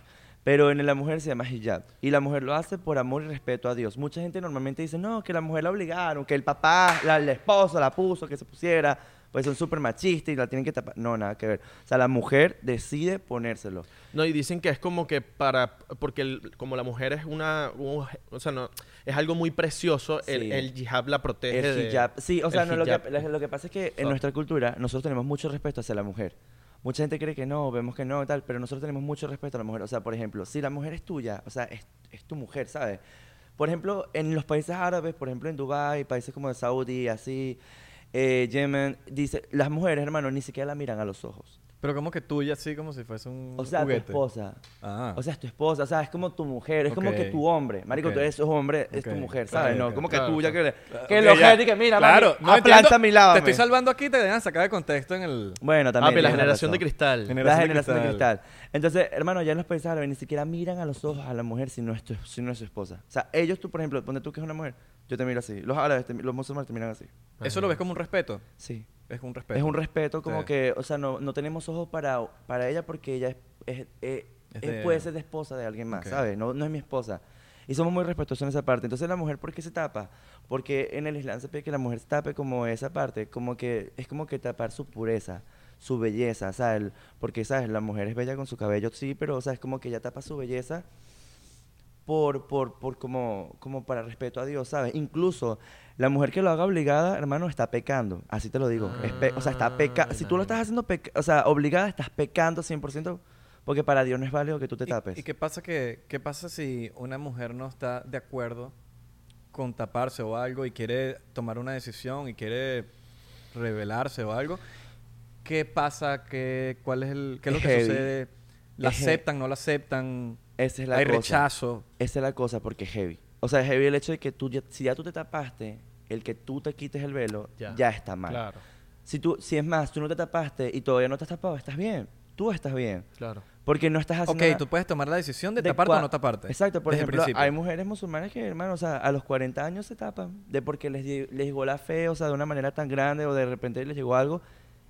Pero en la mujer se llama hijab. Y la mujer lo hace por amor y respeto a Dios. Mucha gente normalmente dice, no, que la mujer la obligaron, que el papá, la, la esposa la puso, que se pusiera. Pues son súper machistas y la tienen que tapar. No, nada que ver. O sea, la mujer decide ponérselo. No, y dicen que es como que para... Porque el- como la mujer es una... un- o sea, no... Es algo muy precioso. Sí. El, el hijab la protege El de- hijab. Sí, o sea, el no, lo, hijab. que, lo que pasa es que en So- nuestra cultura nosotros tenemos mucho respeto hacia la mujer. Mucha gente cree que no, vemos que no, tal, pero nosotros tenemos mucho respeto a la mujer. O sea, por ejemplo, si la mujer es tuya, o sea, es, es tu mujer, ¿sabes? Por ejemplo, en los países árabes, por ejemplo, en Dubái, países como Saudi, así, eh, Yemen, dice, las mujeres, hermano, ni siquiera la miran a los ojos. Pero como que tuya así como si fuese un O sea, juguete. tu esposa. Ah. O sea, es tu esposa, o sea, es como tu mujer, es como que Ok. tu hombre. Marico, Ok. tú eres hombre, es Ok. tu mujer, Claro, ¿sabes? no, claro, como que claro, tuya, que, que Ah, Ok, el ya. ojete que mira, claro, mami, aplanta entiendo. mi pues". lava. Te estoy salvando aquí y te dejan sacar de contexto en el... Bueno, Ah, también. pero la tienes generación de razón. La Gener- cristal. Generación de generación de cristal. Entonces, hermano, ya en los países árabes ni siquiera miran a los ojos a la mujer si no es, tu- si no es su esposa. O sea, ellos, tú, por ejemplo, ponte tú que es una mujer, yo te miro así. Los árabes, te mi- los musulmanes te miran así. Eso lo ves como un respeto. Sí. Es un respeto. Es un respeto como Sí. que, o sea, no, no tenemos ojos para, para ella porque ella es, es- eh, Es eh, de- puede ser de esposa de alguien más, Ok. ¿sabes? No, no es mi esposa. Y somos muy respetuosos en esa parte. Entonces, ¿la mujer por qué se tapa? Porque en el Islam se pide que la mujer se tape como esa parte, como que es como que tapar su pureza, su belleza, ¿sabes? Porque, ¿sabes? La mujer es bella con su cabello, sí, pero, o sea, es como que ella tapa su belleza por, por, por como, como para respeto a Dios, ¿sabes? Incluso la mujer que lo haga obligada, hermano, está pecando. Así te lo digo. Es pe- o sea, está pecando. Si tú lo estás haciendo, peca- o sea, obligada, estás pecando 100%, porque para Dios no es válido que tú te ¿Y- tapes. ¿Y, qué pasa que qué pasa si una mujer no está de acuerdo con taparse o algo y quiere tomar una decisión y quiere revelarse o algo? ¿Qué pasa? ¿Qué, cuál es el, qué es lo Es que heavy. sucede? ¿La Es he- aceptan? ¿No la aceptan? Esa es la ¿Hay cosa. rechazo? Esa es la cosa, porque es heavy. O sea, es heavy el hecho de que tú, ya- si ya tú te tapaste, el que tú te quites el velo, ya, Ya. está mal. Claro, Si, tú, si es más, tú no te tapaste y todavía no te has tapado, estás bien. Tú estás bien. claro. Porque no estás haciendo Ok, nada- tú puedes tomar la decisión de, de taparte cua- o no taparte. Exacto, por desde el ejemplo, principio. hay mujeres musulmanas que, hermano, o sea, a los 40 años se tapan, de porque les, di- les llegó la fe, o sea, de una manera tan grande, o de repente les llegó algo,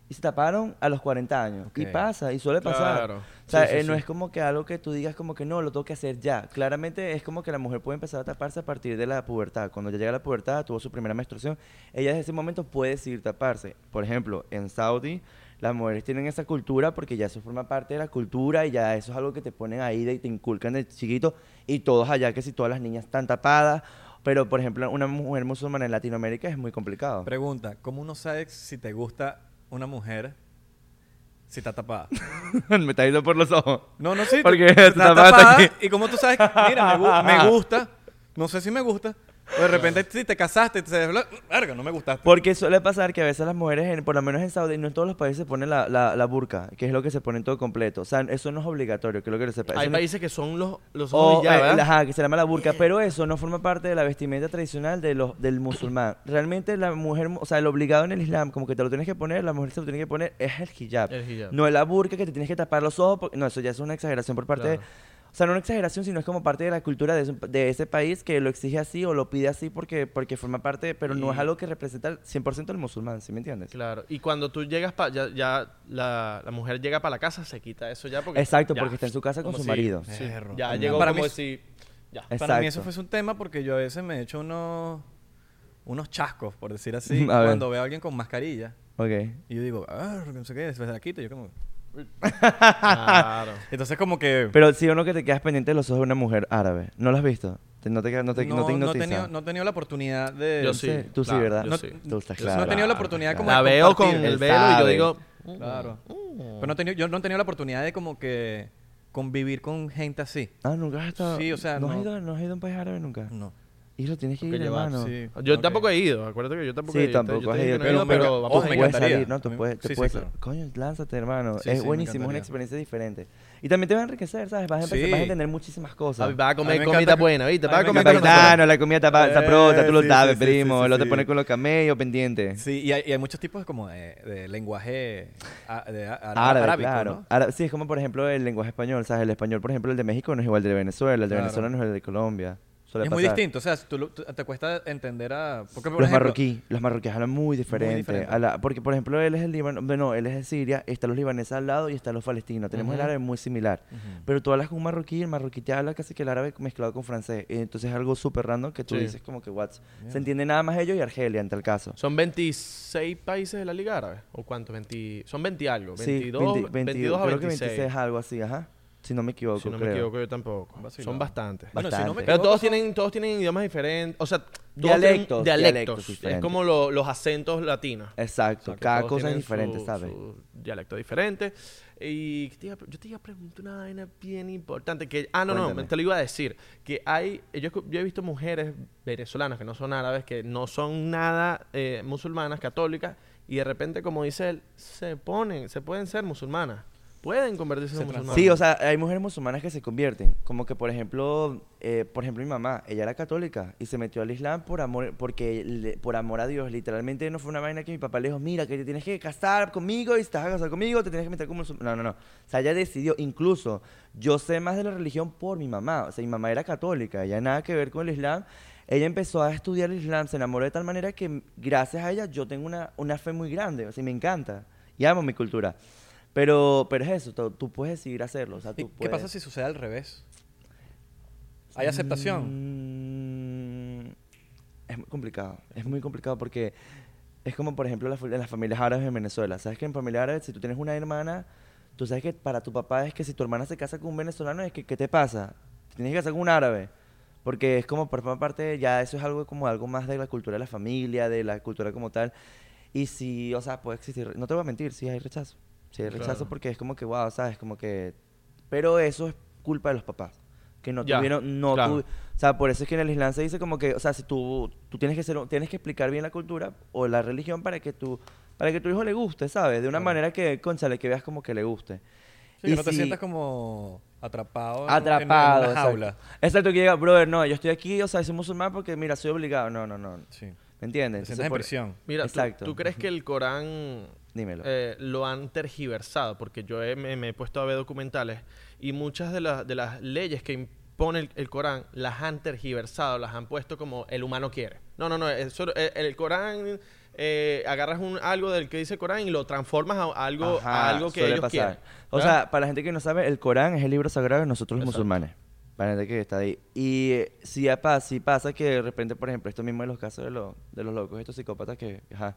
y se taparon a los 40 años. Y Ok. pasa, y suele pasar. Claro. O sea, Sí, sí, eh, no sí. es como que algo que tú digas como que no, lo tengo que hacer ya. Claramente es como que la mujer puede empezar a taparse a partir de la pubertad. Cuando ya llega a la pubertad, tuvo su primera menstruación, ella desde ese momento puede decidir taparse. Por ejemplo, en Saudi, las mujeres tienen esa cultura porque ya eso forma parte de la cultura y ya eso es algo que te ponen ahí de- y te inculcan de chiquito. Y todos allá, que si todas las niñas están tapadas. Pero, por ejemplo, una mujer musulmana en Latinoamérica es muy complicado. Pregunta, ¿cómo uno sabe si te gusta una mujer si está tapada? Me está yendo por los ojos. No, no, sí. Porque está está tapada hasta tapada, aquí. Y como tú sabes, mira, me, gu- me gusta. No sé si me gusta. O de repente, si te casaste, te desblo- verga, no me gustaste. Porque suele pasar que a veces las mujeres, en- por lo menos en Saudi, no en todos los países se pone la, la, la burka, que es lo que se pone en todo completo. O sea, eso no es obligatorio, que es lo que lo sepa. Hay Eso no- países que son los, los o, ojos Pues ya, eh, ¿verdad? la- ajá, que se llama la burka, pero eso no forma parte de la vestimenta tradicional de los, del musulmán. Realmente la mujer, mu- o sea, el obligado en el Islam, como que te lo tienes que poner, la mujer se lo tiene que poner, es el hijab. El hijab. No es la burka que te tienes que tapar los ojos, porque- no, eso ya es una exageración por parte de... Claro. O sea, no una exageración, sino es como parte de la cultura de, ese- de ese país que lo exige así o lo pide así porque, porque forma parte, pero no es Y- algo que representa el 100% el musulmán, ¿sí me entiendes? Claro. Y cuando tú llegas para... Ya, ya la, la mujer llega para la casa, se quita eso ya porque... Exacto, ya. porque está en su casa con Como su si- marido. sí, Perro. Ya Coño. llegó Para como mí- si... Ya. Exacto. Para mí eso fue un tema porque yo a veces me he hecho unos, unos chascos, por decir así, Mm, A ver. cuando veo a alguien con mascarilla. Ok. Y yo digo, ah, no sé qué, después la quito. Yo como... Claro. Entonces como que... Pero sí uno que te quedas pendiente de los ojos de una mujer árabe. ¿No lo has visto? Te- No te, queda- no te, no, te no, he hipnotiza. tenido, no he tenido la oportunidad de... Yo No sí. sé, Tú sí, claro, ¿verdad? yo No, sí. Tú estás No claro. he tenido la oportunidad como claro. La de veo con compartir. el Él velo y yo sabe. digo... Mm. Claro. Pero no he tenido, yo no he tenido la oportunidad de como que convivir con gente así. Ah, nunca has estado. Sí, o sea, no, has no- ido, no has ido a un país árabe nunca. No. Y lo tienes que Tengo ir, que llevar, hermano. sí. Yo Ok. tampoco he ido, acuérdate que yo tampoco he Sí, ido. tampoco Yo has te dije ido. que no Pero, he ido, pero- pero tú ojo, vamos a me puedes ir. encantaría. salir, ¿no? Tú Me- puedes, tú sí, sí, puedes- claro. Coño, lánzate, hermano. Sí, es sí, me buenísimo, es una encantaría. experiencia diferente. Y también te va a enriquecer, ¿sabes? Vas a, empezar- Sí. vas a entender muchísimas cosas. Ah, Vas a A mí comer me comida encanta- buena, ¿viste? a mí Vas a me comer encanta comida que- buena. Campechano, la comida tapa, Eh, sabrosa, tú lo sí, sabes, sí, sí, primo. sí, Lo te sí. pones con los camellos pendiente. Sí, y hay, y hay muchos tipos como de, de lenguaje a- de a- a- Árabe, arábico, claro. ¿no? Árabe- sí, es como por ejemplo el lenguaje español, ¿sabes? El español, por ejemplo, el de México no es igual al de Venezuela, el de Claro. Venezuela no es el de Colombia. Suele Es muy pasar. distinto, o sea, tú lo- tú- te cuesta entender a... Porque, por Los ejemplo, marroquíes, los marroquíes hablan muy diferente. diferente. a la- porque, por ejemplo, él es el Líbano, bueno, él es de Siria, están los libaneses al lado y están los palestinos. Tenemos el Ujú. árabe muy similar. Pero tú hablas con un marroquí, el marroquí te habla casi que el árabe mezclado con francés. Y entonces es algo súper random que tú Sí. dices como que what's. Se entiende nada más ellos y Argelia, en tal caso. Son 26 países de la Liga Árabe. ¿O cuántos? 20, son 20 algo. Sí, 22, 20 22 a creo 26. que 26 algo así, ajá. Si no me equivoco, si no me creo. equivoco, yo tampoco. Vacilado. Son bastantes. Bueno, si no me Bastante. Pero equivoco, todos son- tienen, todos tienen idiomas diferentes. O sea, todos Dialectos, tienen dialectos. dialectos es diferentes. como lo- los acentos latinos. Exacto, O sea, que cada todos cosa es tienen diferente, su- ¿sabes? su dialecto diferente. Y te iba a pre- yo te iba a preguntar una vaina bien importante. Que, ah, no, no, Cuéntame. te lo iba a decir. Que hay. Yo, escu- yo he visto mujeres venezolanas que no son árabes, que no son nada eh, musulmanas, católicas, y de repente, como dice él, se ponen, se pueden ser musulmanas. Pueden convertirse Se en musulmanas. Sí, o sea, hay mujeres musulmanas que se convierten. Como que, por ejemplo, eh, por ejemplo, mi mamá, ella era católica y se metió al Islam por amor, porque le- por amor a Dios. Literalmente no fue una vaina que mi papá le dijo, mira, que te tienes que casar conmigo y si te vas a casar conmigo, te tienes que meter como musulmana. No, no, no. O sea, ella decidió, incluso, yo sé más de la religión por mi mamá. O sea, mi mamá era católica, ella nada que ver con el Islam. Ella empezó a estudiar el Islam, se enamoró de tal manera que gracias a ella yo tengo una, una fe muy grande. O sea, me encanta y amo mi cultura. Pero, pero es eso, tú, tú puedes decidir hacerlo. O sea, ¿Y tú ¿Qué puedes- pasa si sucede al revés? ¿Hay aceptación? Mm, es muy complicado, es muy complicado porque es como, por ejemplo, las, las familias árabes en Venezuela. Sabes que en familia árabe, si tú tienes una hermana, tú sabes que para tu papá es que si tu hermana se casa con un venezolano, es que, ¿qué te pasa? Te Tienes que casar con un árabe. Porque es como, por forma parte, ya eso es algo como algo más de la cultura de la familia, de la cultura como tal. Y si, o sea, puede existir, no te voy a mentir, si hay rechazo. Si hay rechazo Claro. porque es como que, wow, sabes, como que... Pero eso es culpa de los papás. Que no Ya, tuvieron, no claro. tuvi- o sea, por eso es que en el Islam se dice como que, o sea, si tú, tú tienes que ser, un- tienes que explicar bien la cultura o la religión para que tu, para que tu hijo le guste, ¿sabes? De una manera que, conchale, que veas como que le guste. Sí, que Y no te si- sientas como atrapado, en- atrapado, en una exacto. jaula. Exacto, que llega, brother, no, yo estoy aquí, o sea, soy musulmán porque, mira, soy obligado. No, no, no. Sí. ¿Me entiendes? Te Entonces, sientas en por- prisión. Mira, tú- Exacto. ¿tú, crees que el Corán Dímelo. eh, lo han tergiversado? Porque yo he- me, me he puesto a ver documentales y muchas de, las- de las leyes que impone el, el Corán las han tergiversado, las han puesto como el humano quiere. No, no, no. eso- eh, el, Corán, eh, agarras un, algo del que dice el Corán y lo transformas a algo, a Ajá, algo que suele ellos quieren. O ¿verdad? sea, para la gente que no sabe, el Corán es el libro sagrado de nosotros los Exacto. musulmanes. Para la gente que está ahí. Y eh, si, ya pa- si pasa que de repente, por ejemplo, esto mismo de los casos de, los- de los locos, estos psicópatas que... ajá,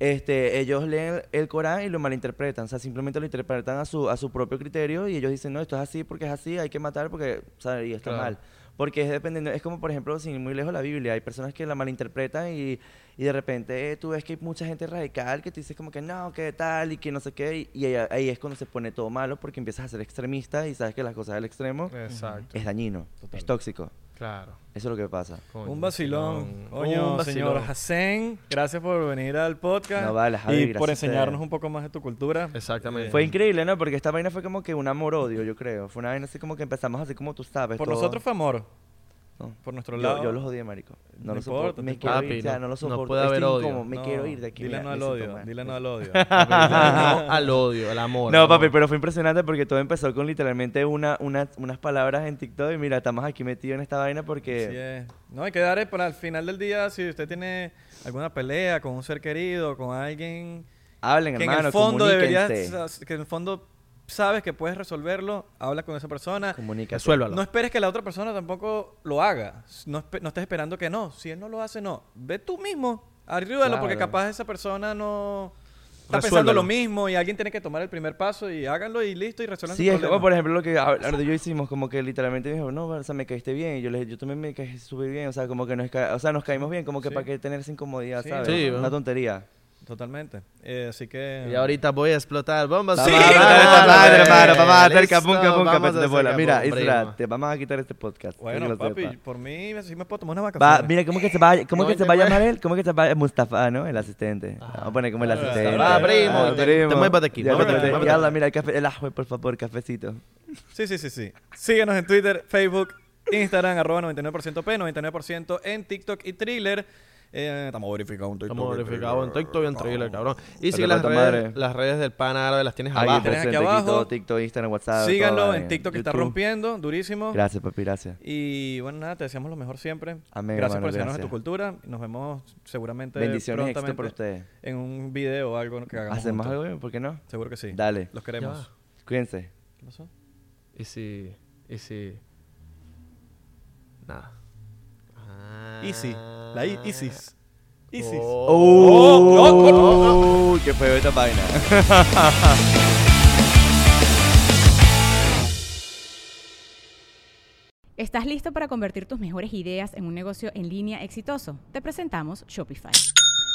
este, ellos leen el Corán y lo malinterpretan, o sea, simplemente lo interpretan a su, a su propio criterio y ellos dicen, no, esto es así porque es así, hay que matar porque, o sea, y está Claro. mal. Porque es dependiendo, es como por ejemplo, sin ir muy lejos la Biblia, hay personas que la malinterpretan y, y de repente eh, tú ves que hay mucha gente radical que te dice como que no, que tal y que no sé qué, y, y ahí, ahí es cuando se pone todo malo porque empiezas a ser extremista y sabes que las cosas del extremo Exacto. es dañino, Total. es tóxico, Claro. eso es lo que pasa. Coño, un vacilón. Coño, Un vacilón. señor Hassan, gracias por venir al podcast. No vale, Javi, Y gracias por a ustedes. enseñarnos un poco más de tu cultura. Exactamente. Fue increíble, ¿no? Porque esta vaina fue como que un amor-odio, yo creo. Fue una vaina así como que empezamos así como tú sabes. Por Pues todo. nosotros fue amor. No. Por nuestro Yo, lado. yo los odié, marico. No, No lo importa, soporto. no Me importa. quiero ir, Papi, o sea, no- no lo no soporto. puede haber Estoy odio. incómodo, Me No, quiero ir de aquí. Dile mira, no al me siento odio. mal. Dile no al odio. no al odio, al amor. No, al papi, amor. pero fue impresionante porque todo empezó con literalmente una, una- unas palabras en TikTok y mira, estamos aquí metidos en esta vaina porque... Así es. No, hay que dar eh, para el final del día, si usted tiene alguna pelea con un ser querido, con alguien Hablen, que en hermano, el fondo deberías, comuníquense. sa- que en el fondo sabes que puedes resolverlo, habla con esa persona. Comuníquense. Resuélvalo. No esperes que la otra persona tampoco lo haga. No, espe- no estés esperando que no. Si él no lo hace, no. Ve tú mismo. Arríbalo Claro. porque capaz esa persona no... Está pensando Resuélvelo. lo mismo y alguien tiene que tomar el primer paso y háganlo y listo y resuelvan Sí, su es como problema. por ejemplo lo que a- Ardo y yo hicimos, como que literalmente me dijo, no, o sea, me caíste bien, y yo le dije, yo también me caí súper bien, o sea, como que nos, ca- o sea, nos caímos bien, como que Sí. para que tener esa incomodidad, Sí, ¿sabes? Sí, Una ¿no? tontería. Totalmente. Eh, así que... Y ahorita voy a explotar bombas. Vamos Sí, a matar esta madre, hermano. Vamos a hacer Listo, capun, capun, vamos a capete de hacer bola. Mira, capun, primo. Isra, te vamos a quitar este podcast. que Bueno, lo papi, sepa. por mí sí me puedo tomar una vacación. Va, mira, ¿cómo que se va, cómo No, que se te va a voy a- llamar él? ¿Cómo que se va a Mustafa, no? El asistente. Vamos a poner como el Ah, asistente. va, primo, Ah, te- te mueves para aquí, Ya, muévete, ya, muévete. ya, habla, mira, el café, el ajo, por favor, cafecito. Sí, sí, sí, sí. Síguenos en Twitter, Facebook, Instagram, arroba 99% P, 99% en TikTok y Thriller. Eh, estamos verificados en TikTok. Estamos verificados en TikTok y en Thriller, cabrón. Y Pero sigue las puta madre. redes, las redes del pan árabe, las tienes Ahí abajo. tenés aquí presente, aquí abajo. todo, TikTok, Instagram, WhatsApp. todo, Síganlo vaina, en TikTok que está YouTube. rompiendo, durísimo. Gracias, papi, gracias. Y bueno, nada, te deseamos lo mejor siempre. Amén, gracias hermano, por enseñarnos de gracias. tu cultura. Nos vemos seguramente Bendiciones y éxito para prontamente ustedes. en un video o algo que hagamos. ¿Hacemos juntos. algo bien? ¿Por qué no? Seguro que sí. Dale. Los queremos. Cuídense. ¿Qué pasó? Y si. Y si. Nada. Easy. La I- Isis. Isis. ¡Oh! ¡Qué feo esta vaina! ¿Estás listo para convertir tus mejores ideas en un negocio en línea exitoso? Te presentamos Shopify.